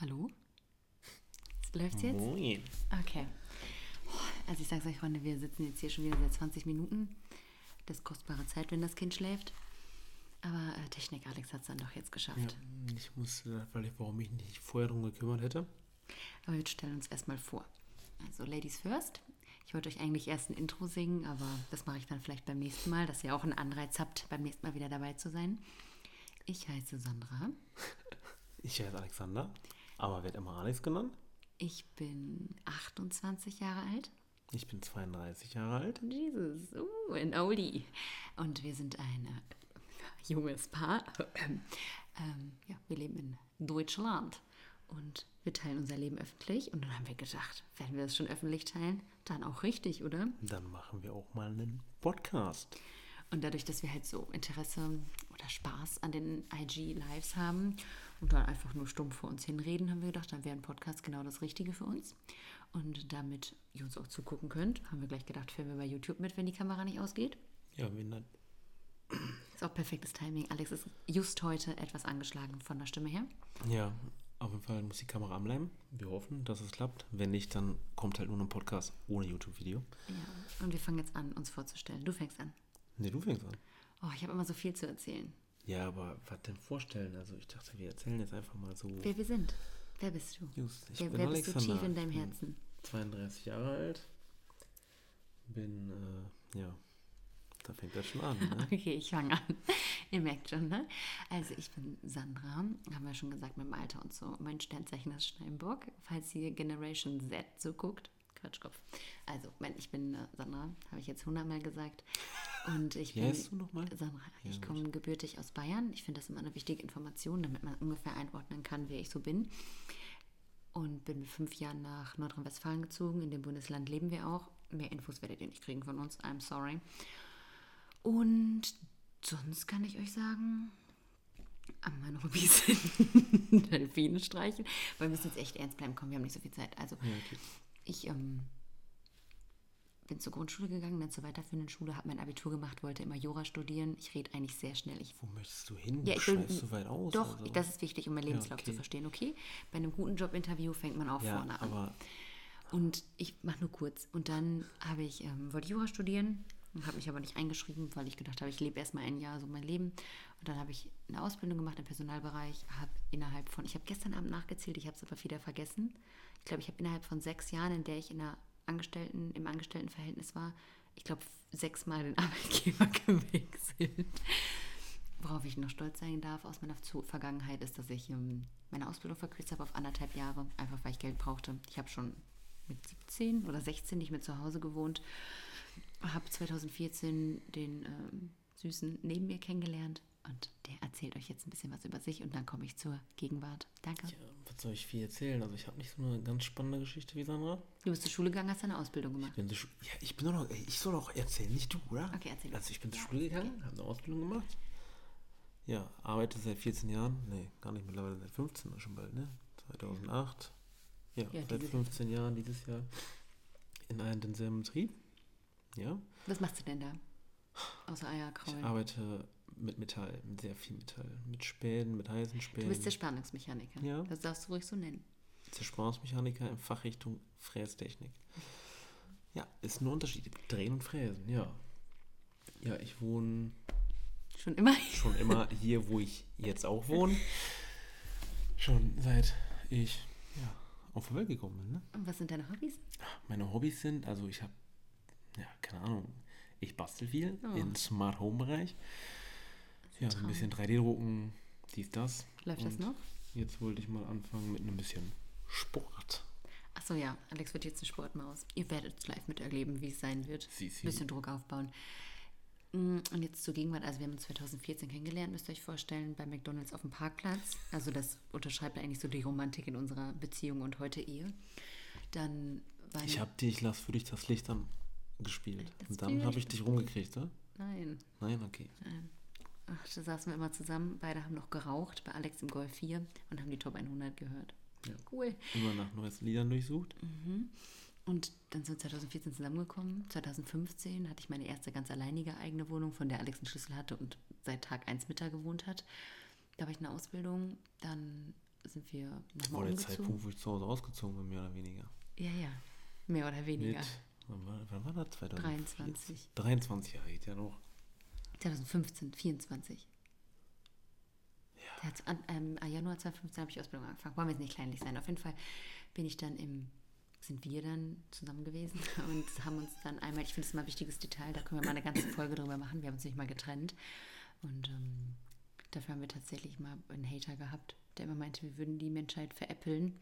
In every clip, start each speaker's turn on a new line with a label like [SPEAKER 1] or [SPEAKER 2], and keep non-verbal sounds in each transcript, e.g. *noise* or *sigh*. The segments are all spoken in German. [SPEAKER 1] Hallo? Läuft's jetzt?
[SPEAKER 2] Moin.
[SPEAKER 1] Okay. Also ich sag's euch, Freunde, wir sitzen jetzt hier schon wieder seit 20 Minuten. Das ist kostbare Zeit, wenn das Kind schläft. Aber äh, Technik Alex hat es dann doch jetzt geschafft.
[SPEAKER 2] Ich musste, weil ich, warum ich nicht vorher drum gekümmert hätte.
[SPEAKER 1] Aber jetzt stellen wir uns erstmal vor. Also Ladies first. Ich wollte euch eigentlich erst ein Intro singen, aber das mache ich dann vielleicht beim nächsten Mal, dass ihr auch einen Anreiz habt, beim nächsten Mal wieder dabei zu sein. Ich heiße Sandra.
[SPEAKER 2] Ich heiße Alexander, aber werde immer Alex genannt.
[SPEAKER 1] Ich bin 28 Jahre alt.
[SPEAKER 2] Ich bin 32 Jahre alt.
[SPEAKER 1] Jesus, uh, ein Oldie. Und wir sind ein äh, junges Paar. ähm, ja, wir leben in Deutschland und wir teilen unser Leben öffentlich. Und dann haben wir gedacht, wenn wir es schon öffentlich teilen, dann auch richtig, oder?
[SPEAKER 2] Dann machen wir auch mal einen Podcast.
[SPEAKER 1] Und dadurch, dass wir halt so Interesse oder Spaß an den IG-Lives haben und dann einfach nur stumpf vor uns hinreden, haben wir gedacht, dann wäre ein Podcast genau das Richtige für uns. Und damit ihr uns auch zugucken könnt, haben wir gleich gedacht, filmen wir bei YouTube mit, wenn die Kamera nicht ausgeht.
[SPEAKER 2] Ja, wenn dann.
[SPEAKER 1] Ist auch perfektes Timing. Alex ist just heute etwas angeschlagen von der Stimme her.
[SPEAKER 2] Ja, auf jeden Fall muss die Kamera anbleiben. Wir hoffen, dass es klappt. Wenn nicht, dann kommt halt nur ein Podcast ohne YouTube-Video.
[SPEAKER 1] Ja. Und wir fangen jetzt an, uns vorzustellen. Du fängst an.
[SPEAKER 2] Ne, du fängst an.
[SPEAKER 1] Oh, ich habe immer so viel zu erzählen.
[SPEAKER 2] Ja, aber was denn vorstellen? Also ich dachte, wir erzählen jetzt einfach mal so.
[SPEAKER 1] Wer wir sind. Wer bist du?
[SPEAKER 2] Just, ich
[SPEAKER 1] wer
[SPEAKER 2] bin
[SPEAKER 1] wer bist du
[SPEAKER 2] Alexander. Hm.
[SPEAKER 1] tief in deinem
[SPEAKER 2] Ich bin
[SPEAKER 1] Herzen? *laughs*
[SPEAKER 2] 32 Jahre alt. Bin, äh, ja, da fängt das schon
[SPEAKER 1] *laughs*
[SPEAKER 2] an, ne?
[SPEAKER 1] Okay, ich fange an. Ihr merkt schon, ne? Also ich bin Sandra, haben wir schon gesagt mit dem Alter und so. Mein Sternzeichen ist Steinbock, falls ihr Generation Z so guckt. Quatschkopf. Also, mein, ich bin äh, Sandra, habe ich jetzt hundertmal gesagt. Und ich
[SPEAKER 2] Wie
[SPEAKER 1] bin
[SPEAKER 2] heißt du nochmal?
[SPEAKER 1] Sandra.
[SPEAKER 2] Ja,
[SPEAKER 1] ich
[SPEAKER 2] gut.
[SPEAKER 1] komme gebürtig aus Bayern. Ich finde das immer eine wichtige Information, damit man ungefähr einordnen kann, wer ich so bin. Und bin mit fünf Jahren nach Nordrhein-Westfalen gezogen. In dem Bundesland leben wir auch. Mehr Infos werdet ihr nicht kriegen von uns. I'm sorry. Und sonst kann ich euch sagen, ah, meine Hobbys *laughs* sind Delfine streichen. Aber wir müssen jetzt echt ernst bleiben, komm, wir haben nicht so viel Zeit. Also
[SPEAKER 2] Ja, okay.
[SPEAKER 1] ich ähm, bin zur Grundschule gegangen, dann zur weiterführenden Schule, habe mein Abitur gemacht, wollte immer Jura studieren. Ich rede eigentlich sehr schnell. Ich
[SPEAKER 2] Wo möchtest du hin?
[SPEAKER 1] ja,
[SPEAKER 2] du
[SPEAKER 1] ich bin,
[SPEAKER 2] schweifst so weit aus.
[SPEAKER 1] Doch,
[SPEAKER 2] also.
[SPEAKER 1] das ist wichtig, um meinen Lebenslauf zu
[SPEAKER 2] okay.
[SPEAKER 1] verstehen, okay? Bei einem guten Jobinterview fängt man auch
[SPEAKER 2] ja,
[SPEAKER 1] vorne an.
[SPEAKER 2] aber
[SPEAKER 1] Und ich mache nur kurz. Und dann habe ich, ähm, wollte Jura studieren, habe mich aber nicht eingeschrieben, weil ich gedacht habe, ich lebe erstmal ein Jahr so mein Leben. Und dann habe ich eine Ausbildung gemacht im Personalbereich, habe innerhalb von, ich habe gestern Abend nachgezählt, ich habe es aber wieder vergessen. Ich glaube, ich habe innerhalb von sechs Jahren, in der ich in der Angestellten, im Angestelltenverhältnis war, ich glaube, sechsmal den *laughs* Arbeitgeber gewechselt. Worauf ich noch stolz sein darf aus meiner Zu Vergangenheit ist, dass ich ähm, meine Ausbildung verkürzt habe auf anderthalb Jahre, einfach weil ich Geld brauchte. Ich habe schon mit 17 oder 16 nicht mehr zu Hause gewohnt, habe 2014 den ähm, Süßen neben mir kennengelernt und der erzählt euch jetzt ein bisschen was über sich und dann komme ich zur Gegenwart. Danke.
[SPEAKER 2] ja, äh, was soll ich viel erzählen? Also ich habe nicht so eine ganz spannende Geschichte wie Sandra.
[SPEAKER 1] Du bist zur Schule gegangen, hast deine Ausbildung
[SPEAKER 2] Ich
[SPEAKER 1] gemacht.
[SPEAKER 2] bin zur Schu- ja, ich bin doch noch, ey, ich soll doch erzählen, nicht du, oder?
[SPEAKER 1] Okay, erzähl.
[SPEAKER 2] Also ich bin zur Schule gegangen, habe eine Ausbildung gemacht. Ja, arbeite seit 14 Jahren. Nee, gar nicht mittlerweile seit 15 schon bald, ne? 2008. Ja,
[SPEAKER 1] Ja,
[SPEAKER 2] seit
[SPEAKER 1] dieses-
[SPEAKER 2] 15 Jahren dieses Jahr in einem denselben Betrieb. Ja,
[SPEAKER 1] Was machst du denn da? Außer Eier
[SPEAKER 2] ich
[SPEAKER 1] kraulen.
[SPEAKER 2] arbeite mit Metall, mit sehr viel Metall, mit Spänen, mit heißen Spänen.
[SPEAKER 1] Du bist der Spannungsmechaniker.
[SPEAKER 2] Ja.
[SPEAKER 1] Das darfst du ruhig so nennen.
[SPEAKER 2] Zerspannungsmechaniker in Fachrichtung Frästechnik. Ja, ist ein Unterschied. Drehen und Fräsen, ja. Ja, ich wohne
[SPEAKER 1] Schon immer. *laughs*
[SPEAKER 2] schon immer hier, wo ich jetzt auch wohne. Schon seit ich ja, auf die Welt gekommen bin. Ne?
[SPEAKER 1] Und was sind deine Hobbys?
[SPEAKER 2] Meine Hobbys sind, also ich habe, ja, keine Ahnung, ich bastel viel
[SPEAKER 1] Oh.
[SPEAKER 2] im Smart Home Bereich. Ja, so ein
[SPEAKER 1] Traum.
[SPEAKER 2] bisschen 3D-Drucken, dies, das.
[SPEAKER 1] Läuft das
[SPEAKER 2] Und
[SPEAKER 1] noch?
[SPEAKER 2] Jetzt wollte ich mal anfangen mit ein bisschen Sport.
[SPEAKER 1] Achso, ja, Alex wird jetzt eine Sportmaus. Ihr werdet es live miterleben, wie es sein wird.
[SPEAKER 2] Sie, sie.
[SPEAKER 1] Bisschen Druck aufbauen. Mm, Und jetzt zur Gegenwart. Also, wir haben uns 2014 kennengelernt, müsst ihr euch vorstellen, bei McDonalds auf dem Parkplatz. Also, das unterschreibt eigentlich so die Romantik in unserer Beziehung und heute Ehe. Dann war
[SPEAKER 2] Ich habe dich, ich lass für dich das Licht an gespielt.
[SPEAKER 1] Das
[SPEAKER 2] Und dann habe ich
[SPEAKER 1] Licht
[SPEAKER 2] dich rumgekriegt, ne?
[SPEAKER 1] Nein.
[SPEAKER 2] Nein, okay.
[SPEAKER 1] Ach, da saßen wir immer zusammen. Beide haben noch geraucht bei Alex im Golf 4 und haben die Top 100 gehört.
[SPEAKER 2] Ja.
[SPEAKER 1] Cool.
[SPEAKER 2] Immer nach neues Liedern durchsucht.
[SPEAKER 1] Und dann sind wir 2014 zusammengekommen. 2015 hatte ich meine erste ganz alleinige eigene Wohnung, von der Alex einen Schlüssel hatte und seit Tag 1 mit da gewohnt hat. Da war ich in der Ausbildung. Dann sind wir
[SPEAKER 2] War
[SPEAKER 1] nochmal
[SPEAKER 2] der
[SPEAKER 1] umgezogen.
[SPEAKER 2] Zeitpunkt, wo ich zu Hause ausgezogen bin, mehr oder weniger.
[SPEAKER 1] Ja, ja. Mehr oder weniger.
[SPEAKER 2] Mit, wann war, wann war das? 2023.
[SPEAKER 1] 23.
[SPEAKER 2] 23, ja, geht ja noch.
[SPEAKER 1] 2015, 24. Der hat's an, ähm, Januar 2015 habe ich die Ausbildung angefangen. Wollen wir jetzt nicht kleinlich sein. Auf jeden Fall bin ich dann im, sind wir dann zusammen gewesen *laughs* und haben uns dann einmal, ich finde das mal ein wichtiges Detail, da können wir mal eine ganze Folge drüber machen. Wir haben uns nicht mal getrennt. Und ähm, dafür haben wir tatsächlich mal einen Hater gehabt, der immer meinte, wir würden die Menschheit veräppeln,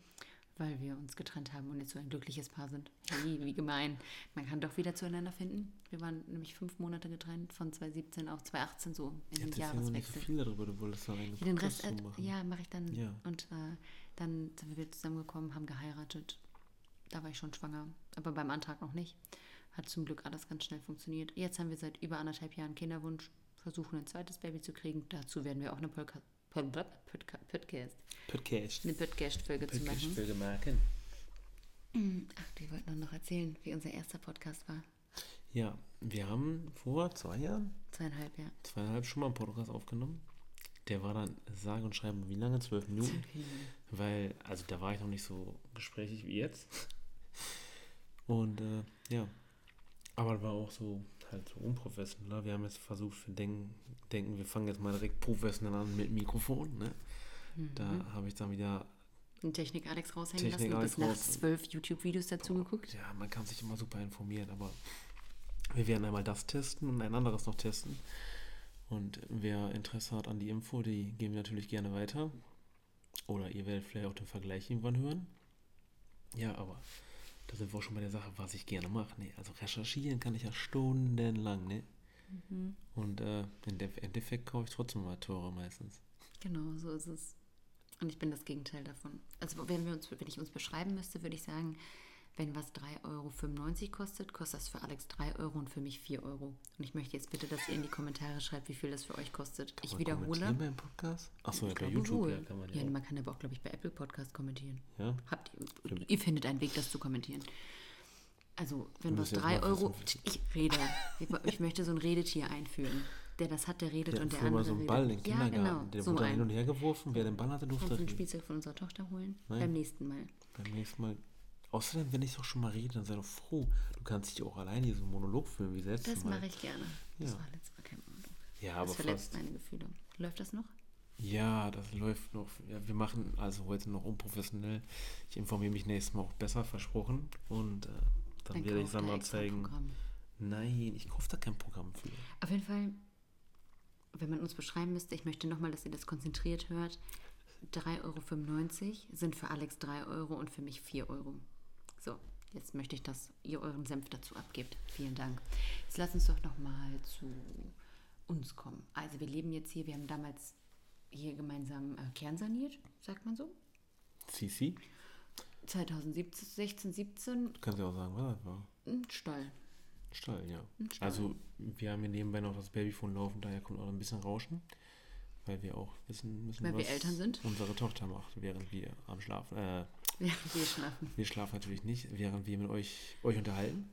[SPEAKER 1] weil wir uns getrennt haben und jetzt so ein glückliches Paar sind. Hey, wie gemein. Man kann doch wieder zueinander finden. Wir waren nämlich fünf Monate getrennt, von 2017 auf 2018, so in
[SPEAKER 2] Ich
[SPEAKER 1] den
[SPEAKER 2] hatte jetzt ja noch nicht so
[SPEAKER 1] Jahreswechsel.
[SPEAKER 2] viel darüber, du wolltest da eine
[SPEAKER 1] Den Rest,
[SPEAKER 2] Podcast
[SPEAKER 1] äh,
[SPEAKER 2] zu machen.
[SPEAKER 1] ja, mache ich dann.
[SPEAKER 2] Ja.
[SPEAKER 1] Und äh, dann sind wir zusammengekommen, haben geheiratet. Da war ich schon schwanger, aber beim Antrag noch nicht. Hat zum Glück alles ganz schnell funktioniert. Jetzt haben wir seit über anderthalb Jahren Kinderwunsch, versuchen ein zweites Baby zu kriegen. Dazu werden wir auch eine Polka Podca- Podca- Podcast,
[SPEAKER 2] Podcast.
[SPEAKER 1] eine Podcast-Folge zu machen. Mm,
[SPEAKER 2] Podcast machen.
[SPEAKER 1] Ach, wir wollten noch erzählen, wie unser erster Podcast war.
[SPEAKER 2] Ja, wir haben vor zwei Jahren,
[SPEAKER 1] Zweieinhalb Jahre.
[SPEAKER 2] zweieinhalb schon mal einen Podcast aufgenommen. Der war dann sage und schreiben wie lange? Zwölf Minuten. Weil, also da war ich noch nicht so gesprächig wie jetzt. *laughs* Und äh, ja, aber das war auch so halt so unprofessioneller. Wir haben jetzt versucht, wir denken, denken, wir fangen jetzt mal direkt professionell an mit Mikrofon. Ne? Da habe ich dann wieder,
[SPEAKER 1] Und Technik Alex raushängen
[SPEAKER 2] Technik
[SPEAKER 1] lassen und bis
[SPEAKER 2] Alex raus.
[SPEAKER 1] nachts zwölf YouTube-Videos dazu geguckt.
[SPEAKER 2] ja, man kann sich immer super informieren, aber wir werden einmal das testen und ein anderes noch testen. Und wer Interesse hat an die Info, die geben wir natürlich gerne weiter. Oder ihr werdet vielleicht auch den Vergleich irgendwann hören. Ja, aber da sind wir auch schon bei der Sache, was ich gerne mache. Nee, also recherchieren kann ich ja stundenlang, ne?
[SPEAKER 1] Mhm.
[SPEAKER 2] Und äh, im Def- Endeffekt kaufe ich trotzdem mal Tore meistens.
[SPEAKER 1] Genau, so ist es. Und ich bin das Gegenteil davon. Also wenn, wir uns, wenn ich uns beschreiben müsste, würde ich sagen, wenn was 3,95 Euro kostet, kostet das für Alex 3 Euro und für mich 4 Euro. Und ich möchte jetzt bitte, dass ihr in die Kommentare schreibt, wie viel das für euch kostet. ich
[SPEAKER 2] Man
[SPEAKER 1] wiederhole.
[SPEAKER 2] kommentieren Beim Podcast? Achso, ja, bei
[SPEAKER 1] glaube
[SPEAKER 2] YouTube
[SPEAKER 1] wohl.
[SPEAKER 2] ja, kann man ja.
[SPEAKER 1] ja,
[SPEAKER 2] auch.
[SPEAKER 1] man kann aber auch, glaube ich, bei Apple Podcast kommentieren.
[SPEAKER 2] ja?
[SPEAKER 1] Habt ihr, ihr findet einen Weg, das zu kommentieren. Also, wenn
[SPEAKER 2] Wir
[SPEAKER 1] was
[SPEAKER 2] müssen jetzt
[SPEAKER 1] 3
[SPEAKER 2] mal
[SPEAKER 1] Euro.
[SPEAKER 2] versuchen.
[SPEAKER 1] Ich rede. Ich, ich möchte so ein Redetier einführen. Der das hat, der redet
[SPEAKER 2] Der
[SPEAKER 1] und der
[SPEAKER 2] hat mal
[SPEAKER 1] andere
[SPEAKER 2] so einen
[SPEAKER 1] redet.
[SPEAKER 2] Ball in den Kindergarten.
[SPEAKER 1] Ja, genau.
[SPEAKER 2] Der
[SPEAKER 1] so
[SPEAKER 2] wurde dann hin
[SPEAKER 1] ein.
[SPEAKER 2] und her geworfen. Wer den Ball hatte, durfte
[SPEAKER 1] Kannst du ein
[SPEAKER 2] reden.
[SPEAKER 1] Spielzeug von unserer Tochter holen?
[SPEAKER 2] Nein.
[SPEAKER 1] Beim nächsten Mal.
[SPEAKER 2] Beim nächsten Mal. Außerdem, wenn ich doch schon mal rede, dann sei doch froh. Du kannst dich auch alleine hier so einen Monolog führen wie selbst.
[SPEAKER 1] Das mache ich gerne. Das
[SPEAKER 2] Ja.
[SPEAKER 1] war letztes Mal kein Monolog.
[SPEAKER 2] Ja,
[SPEAKER 1] Das
[SPEAKER 2] aber
[SPEAKER 1] verletzt
[SPEAKER 2] fast.
[SPEAKER 1] meine Gefühle. Läuft das noch?
[SPEAKER 2] Ja, das läuft noch. Ja, wir machen also heute noch unprofessionell. Ich informiere mich nächstes Mal auch besser, versprochen. Und äh, dann, werde ich
[SPEAKER 1] kauft er
[SPEAKER 2] Sandra
[SPEAKER 1] extra
[SPEAKER 2] zeigen.
[SPEAKER 1] Programm.
[SPEAKER 2] Nein, ich kaufe da kein Programm für.
[SPEAKER 1] Auf jeden Fall, wenn man uns beschreiben müsste, ich möchte nochmal, dass ihr das konzentriert hört. 3,95 Euro sind für Alex 3 Euro und für mich 4 Euro. So, jetzt möchte ich, dass ihr euren Senf dazu abgebt. Vielen Dank. Jetzt lasst uns doch nochmal zu uns kommen. Also wir leben jetzt hier, wir haben damals hier gemeinsam äh, kernsaniert, sagt man so.
[SPEAKER 2] Sisi?
[SPEAKER 1] 2017, 16, 17,
[SPEAKER 2] Du kannst ja auch sagen, was das war.
[SPEAKER 1] ein Stall.
[SPEAKER 2] Stall, ja.
[SPEAKER 1] Ein Stall.
[SPEAKER 2] Also wir haben hier nebenbei noch das Babyfon laufen, daher kommt auch ein bisschen Rauschen, weil wir auch wissen müssen,
[SPEAKER 1] Weil wir
[SPEAKER 2] was
[SPEAKER 1] Eltern sind.
[SPEAKER 2] unsere Tochter macht, während wir am Schlafen, äh,
[SPEAKER 1] Ja, *laughs* wir schlafen.
[SPEAKER 2] wir schlafen natürlich nicht, während wir mit euch, euch unterhalten,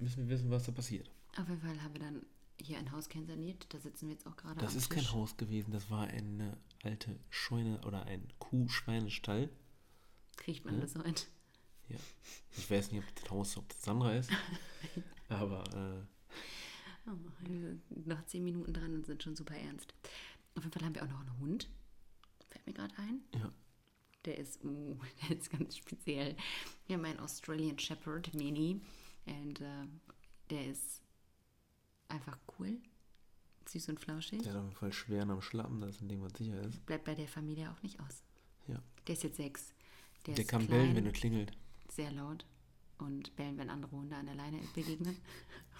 [SPEAKER 2] müssen wir wissen, was da passiert.
[SPEAKER 1] Auf jeden Fall haben wir dann hier ein Haus kernsaniert. Da sitzen wir jetzt auch gerade
[SPEAKER 2] Das
[SPEAKER 1] am
[SPEAKER 2] ist
[SPEAKER 1] Tisch.
[SPEAKER 2] kein Haus gewesen, das war eine alte Scheune oder ein Kuh-Schweinestall.
[SPEAKER 1] Kriegt
[SPEAKER 2] Hm?
[SPEAKER 1] man das so ein?
[SPEAKER 2] Ja. Ich weiß nicht, ob das Haus, ob das Sandra
[SPEAKER 1] *laughs*
[SPEAKER 2] ist, aber äh,
[SPEAKER 1] Oh, wir sind noch zehn Minuten dran und sind schon super ernst. Auf jeden Fall haben wir auch noch einen Hund. Fällt mir gerade ein.
[SPEAKER 2] ja.
[SPEAKER 1] Der ist, uh, *laughs* der ist ganz speziell. Wir haben einen Australian Shepherd, Mini. Und äh, der ist einfach cool. Süß und flauschig.
[SPEAKER 2] Der hat auf jeden Fall schweren am Schlappen, das ist ein Ding, was sicher ist.
[SPEAKER 1] Bleibt bei der Familie auch nicht aus.
[SPEAKER 2] Ja.
[SPEAKER 1] Der ist jetzt sechs. Der,
[SPEAKER 2] Der
[SPEAKER 1] ist
[SPEAKER 2] kann
[SPEAKER 1] klein,
[SPEAKER 2] bellen, wenn du klingelt.
[SPEAKER 1] sehr laut und bellen, wenn andere Hunde an der Leine begegnen. *laughs*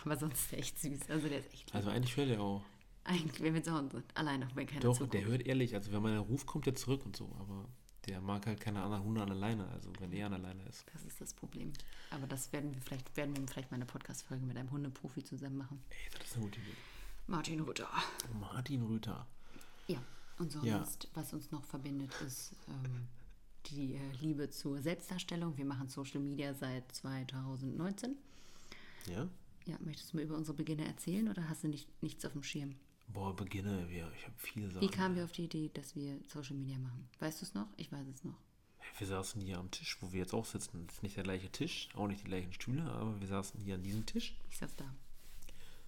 [SPEAKER 1] Aber sonst ist er echt süß. Also der ist echt lieb.
[SPEAKER 2] Also eigentlich hört er auch.
[SPEAKER 1] Eigentlich, wenn wir zu Hause sind. Alleine, wenn keiner
[SPEAKER 2] Doch,
[SPEAKER 1] zuguckt.
[SPEAKER 2] der hört ehrlich. Also wenn man einen Ruf kommt, der zurück und so. Aber der mag halt keine anderen Hunde an der Leine. Also wenn er an der Leine ist.
[SPEAKER 1] Das ist das Problem. Aber das werden wir vielleicht, werden wir vielleicht mal eine Podcast-Folge mit einem Hundeprofi zusammen machen.
[SPEAKER 2] Ey, das ist eine gute Idee.
[SPEAKER 1] Martin Rutter.
[SPEAKER 2] Oh, Martin Rüther.
[SPEAKER 1] Ja, und sonst,
[SPEAKER 2] Ja.
[SPEAKER 1] was uns noch verbindet, ist ähm, die äh, Liebe zur Selbstdarstellung. Wir machen Social Media seit 2019.
[SPEAKER 2] Ja?
[SPEAKER 1] Ja, möchtest du mir über unsere Beginner erzählen oder hast du nicht, nichts auf dem Schirm?
[SPEAKER 2] Boah, beginne, wir, ich habe viele Sachen.
[SPEAKER 1] Wie kamen wir auf die Idee, dass wir Social Media machen? Weißt du es noch? Ich weiß es noch.
[SPEAKER 2] Wir saßen hier am Tisch, wo wir jetzt auch sitzen. Das ist nicht der gleiche Tisch, auch nicht die gleichen Stühle, aber wir saßen hier an diesem Tisch.
[SPEAKER 1] Ich saß da.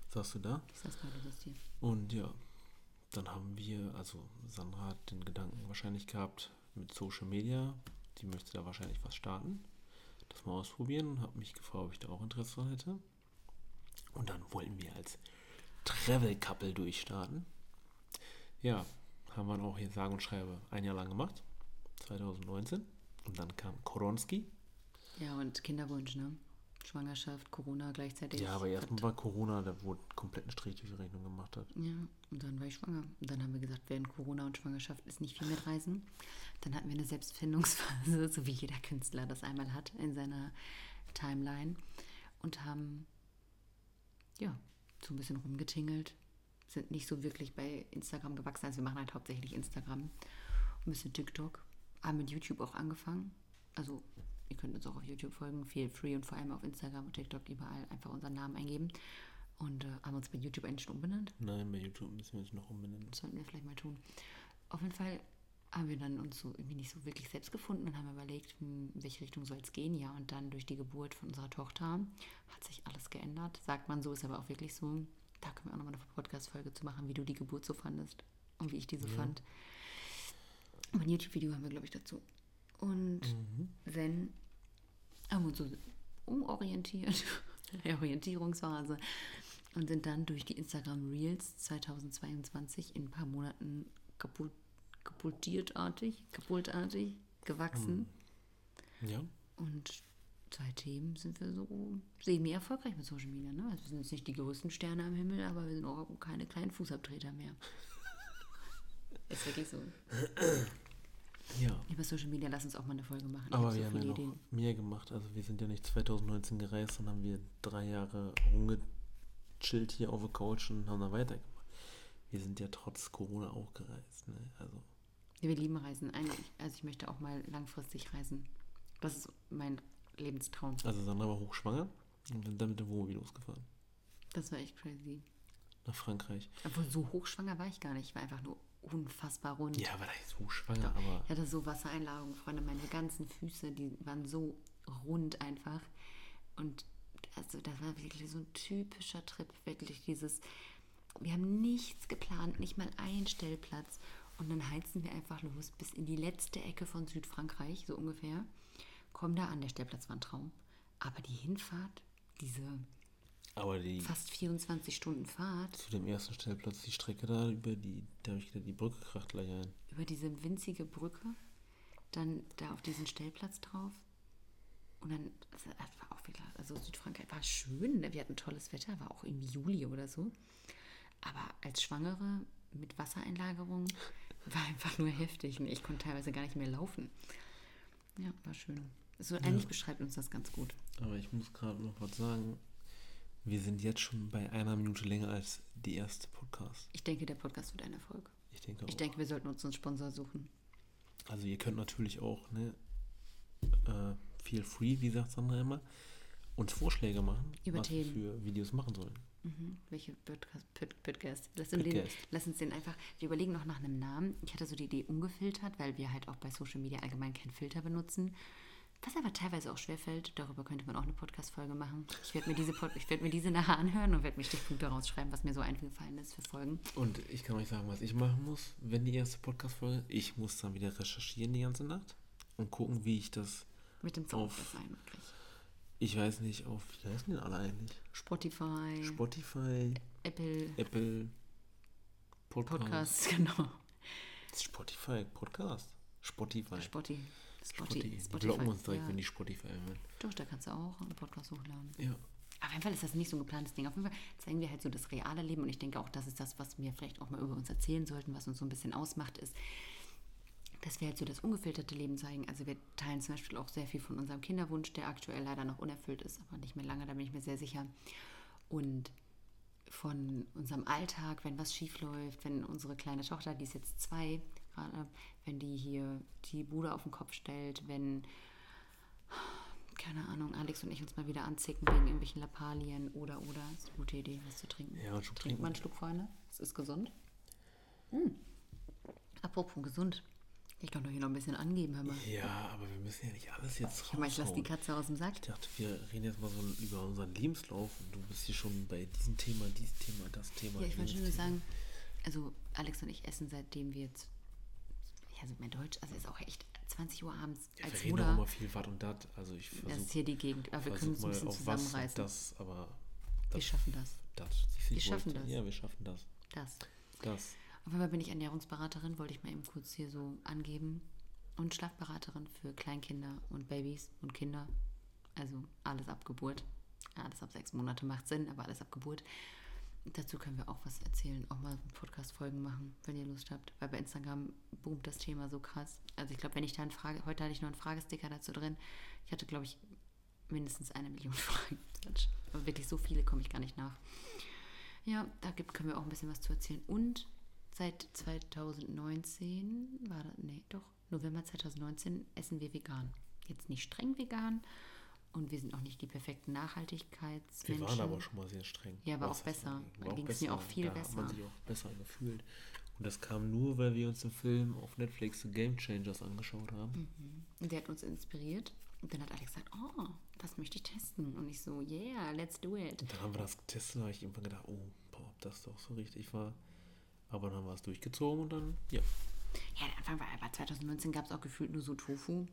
[SPEAKER 2] Saßt du da?
[SPEAKER 1] Ich saß da, du saßt hier.
[SPEAKER 2] Und ja, dann haben wir, also Sandra hat den Gedanken wahrscheinlich gehabt mit Social Media, die möchte da wahrscheinlich was starten. Das mal ausprobieren, habe mich gefragt, ob ich da auch Interesse dran hätte. Und dann wollten wir als Travel Couple durchstarten. Ja, haben wir dann auch hier sage und schreibe ein Jahr lang gemacht, 2019. Und dann kam Koronski.
[SPEAKER 1] Ja, und Kinderwunsch, ne? Schwangerschaft, Corona gleichzeitig.
[SPEAKER 2] Ja, aber erstmal
[SPEAKER 1] Hat-
[SPEAKER 2] war Corona, da wurde komplett ein Strich durch die Rechnung gemacht hat.
[SPEAKER 1] Ja, und dann war ich schwanger. Und dann haben wir gesagt, während Corona und Schwangerschaft ist nicht viel mit Reisen. Dann hatten wir eine Selbstfindungsphase, *laughs* so wie jeder Künstler das einmal hat in seiner Timeline. Und haben, ja, so ein bisschen rumgetingelt. Sind nicht so wirklich bei Instagram gewachsen. Also wir machen halt hauptsächlich Instagram. Ein bisschen TikTok. Haben mit YouTube auch angefangen. Also ihr könnt uns auch auf YouTube folgen. Feel free und vor allem auf Instagram und TikTok überall einfach unseren Namen eingeben. Und äh, haben uns bei YouTube eigentlich schon umbenannt.
[SPEAKER 2] Nein, bei YouTube müssen wir uns noch umbenennen.
[SPEAKER 1] Das sollten wir vielleicht mal tun. Auf jeden Fall haben wir dann uns so irgendwie nicht so wirklich selbst gefunden und haben überlegt, hm, in welche Richtung soll es gehen. Ja, und dann durch die Geburt von unserer Tochter hat sich alles geändert. Sagt man so, ist aber auch wirklich so. Da können wir auch nochmal eine Podcast-Folge zu machen, wie du die Geburt so fandest und wie ich die so fand. Aber ein YouTube-Video haben wir, glaube ich, dazu. Und wenn haben uns so umorientiert, *laughs* der Orientierungsphase und sind dann durch die Instagram Reels 2022 in ein paar Monaten kapul kapultiertartig, kapultartig
[SPEAKER 2] Mhm.
[SPEAKER 1] gewachsen
[SPEAKER 2] Ja.
[SPEAKER 1] und zwei Themen sind wir so semi-erfolgreich mit Social Media. Ne? Also wir sind jetzt nicht die größten Sterne am Himmel, aber wir sind auch keine kleinen Fußabtreter
[SPEAKER 2] *laughs*
[SPEAKER 1] mehr. Ist wirklich so.
[SPEAKER 2] Ja.
[SPEAKER 1] Über Social Media lass uns auch mal eine Folge machen. Ich
[SPEAKER 2] Aber
[SPEAKER 1] hab so
[SPEAKER 2] wir haben ja
[SPEAKER 1] viele
[SPEAKER 2] noch
[SPEAKER 1] Ideen.
[SPEAKER 2] mehr gemacht. Also wir sind ja nicht 2019 gereist, sondern haben wir drei Jahre rumgechillt hier auf der Couch und haben dann weitergemacht. Wir sind ja trotz Corona auch gereist. Ne? Also
[SPEAKER 1] Wir lieben Reisen. Eigentlich, also ich möchte auch mal langfristig reisen. Das ist mein Lebenstraum.
[SPEAKER 2] Also Sandra war hochschwanger und sind dann mit dem Wohnmobil losgefahren.
[SPEAKER 1] Das war echt crazy.
[SPEAKER 2] Nach Frankreich.
[SPEAKER 1] Obwohl so hochschwanger war ich gar nicht. Ich war einfach nur unfassbar rund.
[SPEAKER 2] Ja, aber da ist hochschwanger, aber
[SPEAKER 1] Ich hatte so Wassereinlagerungen, Freunde. Meine ganzen Füße, die waren so rund einfach. Und also das war wirklich so ein typischer Trip. Wirklich dieses, wir haben nichts geplant, nicht mal einen Stellplatz. Und dann heizen wir einfach los bis in die letzte Ecke von Südfrankreich, so ungefähr. Kommen da an, der Stellplatz war ein Traum. Aber die Hinfahrt, diese
[SPEAKER 2] aber die
[SPEAKER 1] fast 24 Stunden Fahrt,
[SPEAKER 2] zu dem ersten Stellplatz, die Strecke da über die, da habe ich gedacht, die Brücke kracht gleich ein.
[SPEAKER 1] über diese winzige Brücke, dann da auf diesen Stellplatz drauf. Und dann, das war auch wieder, also Südfrankreich war schön, ne? wir hatten tolles Wetter, war auch im Juli oder so. Aber als Schwangere mit Wassereinlagerung war einfach nur heftig. Ne? Ich konnte teilweise gar nicht mehr laufen. Ja, war schön. So eigentlich beschreibt uns das ganz gut.
[SPEAKER 2] Aber ich muss gerade noch was sagen. Wir sind jetzt schon bei einer Minute länger als die erste Podcast.
[SPEAKER 1] Ich denke, der Podcast wird ein Erfolg.
[SPEAKER 2] Ich denke auch.
[SPEAKER 1] Ich denke, wir sollten uns einen Sponsor suchen.
[SPEAKER 2] Also ihr könnt natürlich auch, ne, äh, feel free, wie sagt Sandra immer, uns Vorschläge machen,
[SPEAKER 1] Über
[SPEAKER 2] was
[SPEAKER 1] Themen.
[SPEAKER 2] wir für Videos machen sollen.
[SPEAKER 1] Mhm. Welche Podcast? Pod- Podcast? Lass, uns Den,
[SPEAKER 2] Podcast.
[SPEAKER 1] lass uns den einfach. Wir überlegen noch nach einem Namen. Ich hatte so die Idee ungefiltert, weil wir halt auch bei Social Media allgemein keinen Filter benutzen. Was aber teilweise auch schwerfällt, darüber könnte man auch eine Podcast-Folge machen. Ich werde mir, diese Pod- ich werd mir diese nachher anhören und werde mir Stichpunkte rausschreiben, was mir so eingefallen ist für Folgen.
[SPEAKER 2] Und ich kann euch sagen, was ich machen muss, wenn die erste Podcast-Folge, ich muss dann wieder recherchieren die ganze Nacht und gucken, wie ich das,
[SPEAKER 1] Mit dem
[SPEAKER 2] Auf-
[SPEAKER 1] Sounddesign wirklich.
[SPEAKER 2] ich weiß nicht, auf, wie heißen denn alle eigentlich?
[SPEAKER 1] Spotify,
[SPEAKER 2] Spotify,
[SPEAKER 1] Apple
[SPEAKER 2] Apple, Podcast.
[SPEAKER 1] Podcasts, *laughs* genau.
[SPEAKER 2] Spotify, Podcast. Spotify.
[SPEAKER 1] Spotify.
[SPEAKER 2] Spotify. Die blocken uns direkt, wenn die Spotify hören.
[SPEAKER 1] Doch, da kannst du auch einen Podcast hochladen.
[SPEAKER 2] Ja.
[SPEAKER 1] Auf jeden Fall ist das nicht so ein geplantes Ding. Auf jeden Fall zeigen wir halt so das reale Leben und ich denke auch, das ist das, was wir vielleicht auch mal über uns erzählen sollten, was uns so ein bisschen ausmacht, ist, dass wir halt so das ungefilterte Leben zeigen. Also wir teilen zum Beispiel auch sehr viel von unserem Kinderwunsch, der aktuell leider noch unerfüllt ist, aber nicht mehr lange, da bin ich mir sehr sicher. Und von unserem Alltag, wenn was schief läuft, wenn unsere kleine Tochter, die ist jetzt zwei, gerade, wenn die hier die Bude auf den Kopf stellt, wenn keine Ahnung, Alex und ich uns mal wieder anzicken wegen irgendwelchen Lappalien oder oder. Ist eine gute Idee, was zu trinken.
[SPEAKER 2] Ja, einen Schluck
[SPEAKER 1] Trinkt
[SPEAKER 2] trinken.
[SPEAKER 1] man einen Schluck vorne? ist gesund. Mm. Apropos gesund. Ich kann doch hier noch ein bisschen angeben, hör mal.
[SPEAKER 2] Ja, aber wir müssen ja nicht alles jetzt
[SPEAKER 1] Hör mal, ich lasse die
[SPEAKER 2] raushauen.
[SPEAKER 1] Katze aus dem Sack.
[SPEAKER 2] Ich dachte, wir reden jetzt mal so über unseren Lebenslauf und du bist hier schon bei diesem Thema, dieses Thema, das Thema.
[SPEAKER 1] Ja, ich wollte
[SPEAKER 2] jenes
[SPEAKER 1] nur
[SPEAKER 2] Thema.
[SPEAKER 1] sagen, also Alex und ich essen seitdem wir jetzt, ja, sind mein Deutsch, also ist auch echt 20 Uhr abends
[SPEAKER 2] Ja, wir
[SPEAKER 1] als
[SPEAKER 2] reden auch
[SPEAKER 1] Mutter.
[SPEAKER 2] immer viel Watt und Dat. Also ich
[SPEAKER 1] Das ist
[SPEAKER 2] versuche
[SPEAKER 1] hier die Gegend, aber wir können uns ein bisschen
[SPEAKER 2] was
[SPEAKER 1] zusammenreißen.
[SPEAKER 2] das, aber
[SPEAKER 1] Wir schaffen das.
[SPEAKER 2] das. siehst du,
[SPEAKER 1] Wir
[SPEAKER 2] ich
[SPEAKER 1] schaffen
[SPEAKER 2] wollte-
[SPEAKER 1] das.
[SPEAKER 2] Ja, wir schaffen das.
[SPEAKER 1] Das.
[SPEAKER 2] Das.
[SPEAKER 1] Auf einmal bin ich Ernährungsberaterin, wollte ich mal eben kurz hier so angeben. Und Schlafberaterin für Kleinkinder und Babys und Kinder. Also alles ab Geburt. Alles ab sechs Monate macht Sinn, aber alles ab Geburt. Dazu können wir auch was erzählen, auch mal Podcast-Folgen machen, wenn ihr Lust habt. Weil bei Instagram boomt das Thema so krass. Also ich glaube, wenn ich da eine Frage, heute hatte ich noch einen Fragesticker dazu drin. Ich hatte, glaube ich, mindestens eine Million *laughs* Fragen. Quatsch. Aber wirklich so viele komme ich gar nicht nach. Ja, da gibt, können wir auch ein bisschen was zu erzählen. Und seit 2019, war das, nee, doch, November 2019 essen wir vegan. Jetzt nicht streng vegan und wir sind auch nicht die perfekten
[SPEAKER 2] Wir
[SPEAKER 1] Nachhaltigkeitsmenschen.
[SPEAKER 2] waren aber schon mal sehr streng.
[SPEAKER 1] ne? Ja, aber
[SPEAKER 2] Was
[SPEAKER 1] auch
[SPEAKER 2] das
[SPEAKER 1] besser.
[SPEAKER 2] angeht.
[SPEAKER 1] Da
[SPEAKER 2] War
[SPEAKER 1] ging's mir
[SPEAKER 2] besser.
[SPEAKER 1] auch viel
[SPEAKER 2] da Hat man
[SPEAKER 1] besser.
[SPEAKER 2] sich auch besser gefühlt. Und das kam nur, weil wir uns den Film auf Netflix Game Changers angeschaut haben.
[SPEAKER 1] Und der hat uns inspiriert. Und dann hat Alex gesagt, oh, das möchte ich testen. Und ich so, yeah, let's do it.
[SPEAKER 2] Und dann haben wir das getestet und habe ich irgendwann gedacht, oh, boah, ob das doch so richtig war. Aber dann haben wir es durchgezogen und dann, ja.
[SPEAKER 1] Ja, der Anfang war aber 2019 gab es auch gefühlt nur so Tofu.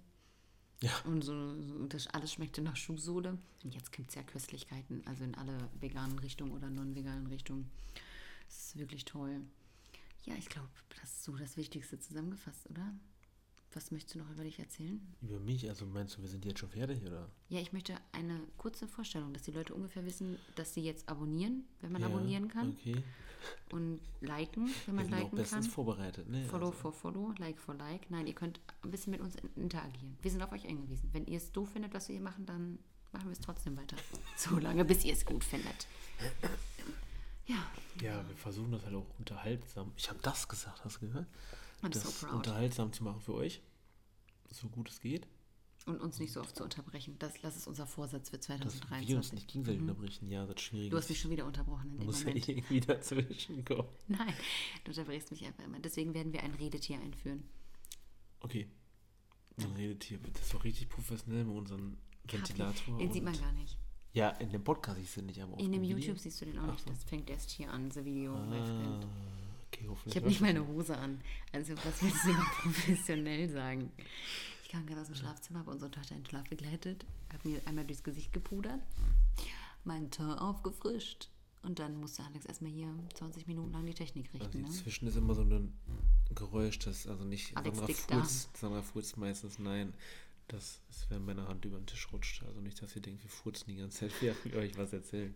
[SPEAKER 2] Ja.
[SPEAKER 1] Und so, so und das alles schmeckte nach Schuhsohle. Und jetzt gibt es ja Köstlichkeiten, also in alle veganen Richtungen oder non-veganen Richtungen. Das ist wirklich toll. Ja, ich glaube, das ist so das Wichtigste zusammengefasst, oder? Was möchtest du noch über dich erzählen?
[SPEAKER 2] Über mich, also meinst du, wir sind jetzt schon fertig, oder?
[SPEAKER 1] Ja, ich möchte eine kurze Vorstellung, dass die Leute ungefähr wissen, dass sie jetzt abonnieren, wenn man
[SPEAKER 2] Ja,
[SPEAKER 1] abonnieren kann.
[SPEAKER 2] Okay.
[SPEAKER 1] Und liken, wenn
[SPEAKER 2] Wir
[SPEAKER 1] man
[SPEAKER 2] sind auch
[SPEAKER 1] liken
[SPEAKER 2] bestens
[SPEAKER 1] kann.
[SPEAKER 2] vorbereitet, ne?
[SPEAKER 1] Follow
[SPEAKER 2] also,
[SPEAKER 1] for follow, like for like. Nein, ihr könnt ein bisschen mit uns in- interagieren. Wir sind auf euch angewiesen. Wenn ihr es doof findet, was wir hier machen, dann machen wir es trotzdem weiter. *laughs* So lange, bis ihr es gut findet. Ja,
[SPEAKER 2] ja, wir versuchen das halt auch unterhaltsam. Ich habe das gesagt, hast du gehört?
[SPEAKER 1] I'm
[SPEAKER 2] das
[SPEAKER 1] so proud.
[SPEAKER 2] unterhaltsam zu machen für euch. So gut es geht.
[SPEAKER 1] Und uns nicht so oft zu unterbrechen. Das, das ist unser Vorsatz für
[SPEAKER 2] Dass wir uns
[SPEAKER 1] 2023.
[SPEAKER 2] nicht gegenseitig unterbrechen. Ja, das ist schwierig.
[SPEAKER 1] Mhm. Du hast mich schon wieder unterbrochen in
[SPEAKER 2] Da
[SPEAKER 1] dem
[SPEAKER 2] muss ja
[SPEAKER 1] Moment.
[SPEAKER 2] irgendwie *laughs* dazwischen kommen.
[SPEAKER 1] *laughs* Nein, du unterbrichst mich einfach immer. Deswegen werden wir ein Redetier einführen.
[SPEAKER 2] Okay. Dann redet hier. Das ist doch richtig professionell mit unserem Ventilator.
[SPEAKER 1] Den sieht man
[SPEAKER 2] und-
[SPEAKER 1] gar nicht.
[SPEAKER 2] ja, in dem Podcast siehst du nicht, aber auf
[SPEAKER 1] In dem
[SPEAKER 2] Video.
[SPEAKER 1] YouTube siehst du den auch
[SPEAKER 2] Ach
[SPEAKER 1] nicht.
[SPEAKER 2] so.
[SPEAKER 1] Das fängt erst hier an, The Video.
[SPEAKER 2] Ah,
[SPEAKER 1] Live-Band.
[SPEAKER 2] okay, hoffentlich.
[SPEAKER 1] Ich habe nicht meine Hose an. Also was willst du über *laughs* professionell sagen? Ich kam gerade aus dem Schlafzimmer, habe unsere Tochter in den Schlaf begleitet, habe mir einmal durchs Gesicht gepudert, meinen Teint aufgefrischt und dann musste Alex erstmal hier 20 Minuten lang die Technik
[SPEAKER 2] also
[SPEAKER 1] richten. Ne?
[SPEAKER 2] dazwischen ist immer so ein Geräusch, das also nicht
[SPEAKER 1] Alex
[SPEAKER 2] Sandra
[SPEAKER 1] Dick da.
[SPEAKER 2] furzt, Sandra furzt meistens, nein. Das ist, wenn meine Hand über den Tisch rutscht. Also nicht, dass ihr denkt, wir furzen die ganze Zeit, wir haben *laughs* euch was erzählen.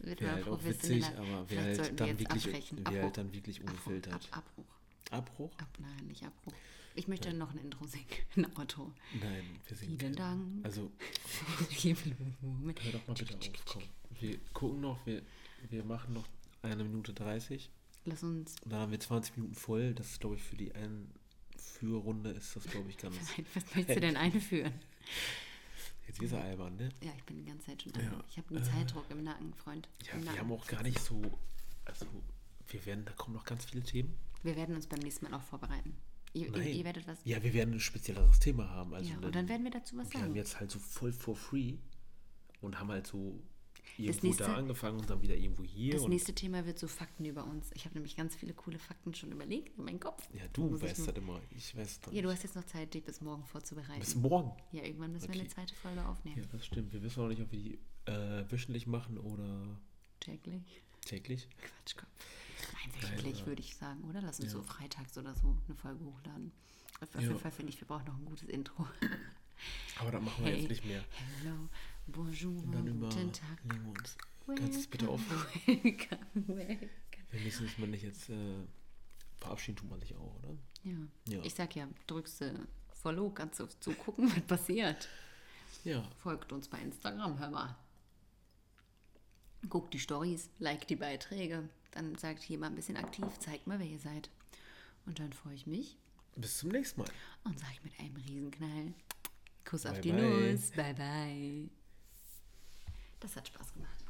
[SPEAKER 1] Das wird
[SPEAKER 2] Wäre
[SPEAKER 1] mal
[SPEAKER 2] halt auch witzig,
[SPEAKER 1] professioneller.
[SPEAKER 2] aber wäre
[SPEAKER 1] Vielleicht sollten
[SPEAKER 2] halt, dann
[SPEAKER 1] jetzt
[SPEAKER 2] wirklich,
[SPEAKER 1] abbrechen.
[SPEAKER 2] wäre
[SPEAKER 1] Abbruch.
[SPEAKER 2] halt dann wirklich ungefiltert.
[SPEAKER 1] Abbruch, Ab, Abbruch.
[SPEAKER 2] Abbruch?
[SPEAKER 1] Ab, nein, nicht Abbruch. Ich möchte noch ein Intro singen. *laughs* Ein
[SPEAKER 2] *laughs*
[SPEAKER 1] Auto.
[SPEAKER 2] Nein, wir sehen
[SPEAKER 1] Vielen Dank.
[SPEAKER 2] Also
[SPEAKER 1] Moment.
[SPEAKER 2] Hör doch mal bitte auf, komm. Wir gucken noch, wir, wir machen noch eine Minute 30.
[SPEAKER 1] Lass uns *laughs*
[SPEAKER 2] Und dann haben wir 20 Minuten voll. Das ist, glaube ich, für die Einführrunde ist das, glaube ich, ganz.
[SPEAKER 1] Nein, was möchtest du denn einführen?
[SPEAKER 2] Jetzt ist er albern, ne?
[SPEAKER 1] Ja, ich bin die ganze Zeit schon an.
[SPEAKER 2] Ja. äh,
[SPEAKER 1] Ich habe einen Zeitdruck im Nacken, Freund.
[SPEAKER 2] Ja,
[SPEAKER 1] Im
[SPEAKER 2] wir
[SPEAKER 1] Nacken.
[SPEAKER 2] haben auch gar nicht so. Also, wir werden, da kommen noch ganz viele Themen.
[SPEAKER 1] wir werden uns beim nächsten Mal auch vorbereiten. Ihr, ihr,
[SPEAKER 2] Nein.
[SPEAKER 1] ihr werdet was. Ja,
[SPEAKER 2] Ja, wir werden ein spezielleres Thema haben. Also
[SPEAKER 1] und dann werden wir dazu was
[SPEAKER 2] wir haben
[SPEAKER 1] sagen.
[SPEAKER 2] jetzt halt so voll for free und haben halt so irgendwo
[SPEAKER 1] nächste-
[SPEAKER 2] da angefangen und dann wieder irgendwo hier.
[SPEAKER 1] Das
[SPEAKER 2] und
[SPEAKER 1] nächste Thema wird so Fakten über uns. Ich habe nämlich ganz viele coole Fakten schon überlegt in meinem Kopf.
[SPEAKER 2] ja, du
[SPEAKER 1] Muss ich
[SPEAKER 2] weißt
[SPEAKER 1] nur-
[SPEAKER 2] das immer. Ich weiß das
[SPEAKER 1] Ja, du
[SPEAKER 2] nicht.
[SPEAKER 1] hast jetzt noch Zeit, dich bis morgen vorzubereiten.
[SPEAKER 2] Bis morgen.
[SPEAKER 1] ja, irgendwann müssen wir eine
[SPEAKER 2] Okay.
[SPEAKER 1] zweite Folge aufnehmen.
[SPEAKER 2] Ja, das stimmt. Wir wissen auch nicht, ob wir die äh, wöchentlich machen oder
[SPEAKER 1] Täglich.
[SPEAKER 2] täglich.
[SPEAKER 1] Quatschkopf. Nein, wöchentlich
[SPEAKER 2] ja.
[SPEAKER 1] würde ich sagen, oder? Lass uns
[SPEAKER 2] Ja.
[SPEAKER 1] so freitags oder so eine Folge hochladen. Auf jeden
[SPEAKER 2] Ja.
[SPEAKER 1] Fall finde ich, wir brauchen noch ein gutes Intro. *laughs*
[SPEAKER 2] Aber das machen wir jetzt nicht mehr.
[SPEAKER 1] Hello, bonjour,
[SPEAKER 2] Und dann über
[SPEAKER 1] guten Tag.
[SPEAKER 2] legen wir uns. Kannst du es bitte aufhören?
[SPEAKER 1] Welcome, welcome.
[SPEAKER 2] Wir müssen uns mal nicht jetzt äh, verabschieden, tut man sich auch, oder?
[SPEAKER 1] Ja.
[SPEAKER 2] Ja.
[SPEAKER 1] Ich sag ja, drückst du Follow, kannst du zugucken, was passiert.
[SPEAKER 2] Ja.
[SPEAKER 1] Folgt uns bei Instagram, hör mal. Guckt die Stories, liked die Beiträge. Dann sagt hier mal ein bisschen aktiv, zeigt mal, wer ihr seid. Und dann freue ich mich
[SPEAKER 2] Bis zum nächsten Mal.
[SPEAKER 1] und sage mit einem Riesenknall: Kuss auf
[SPEAKER 2] Bye,
[SPEAKER 1] die
[SPEAKER 2] bye.
[SPEAKER 1] Nuss, bye bye. Das hat Spaß gemacht.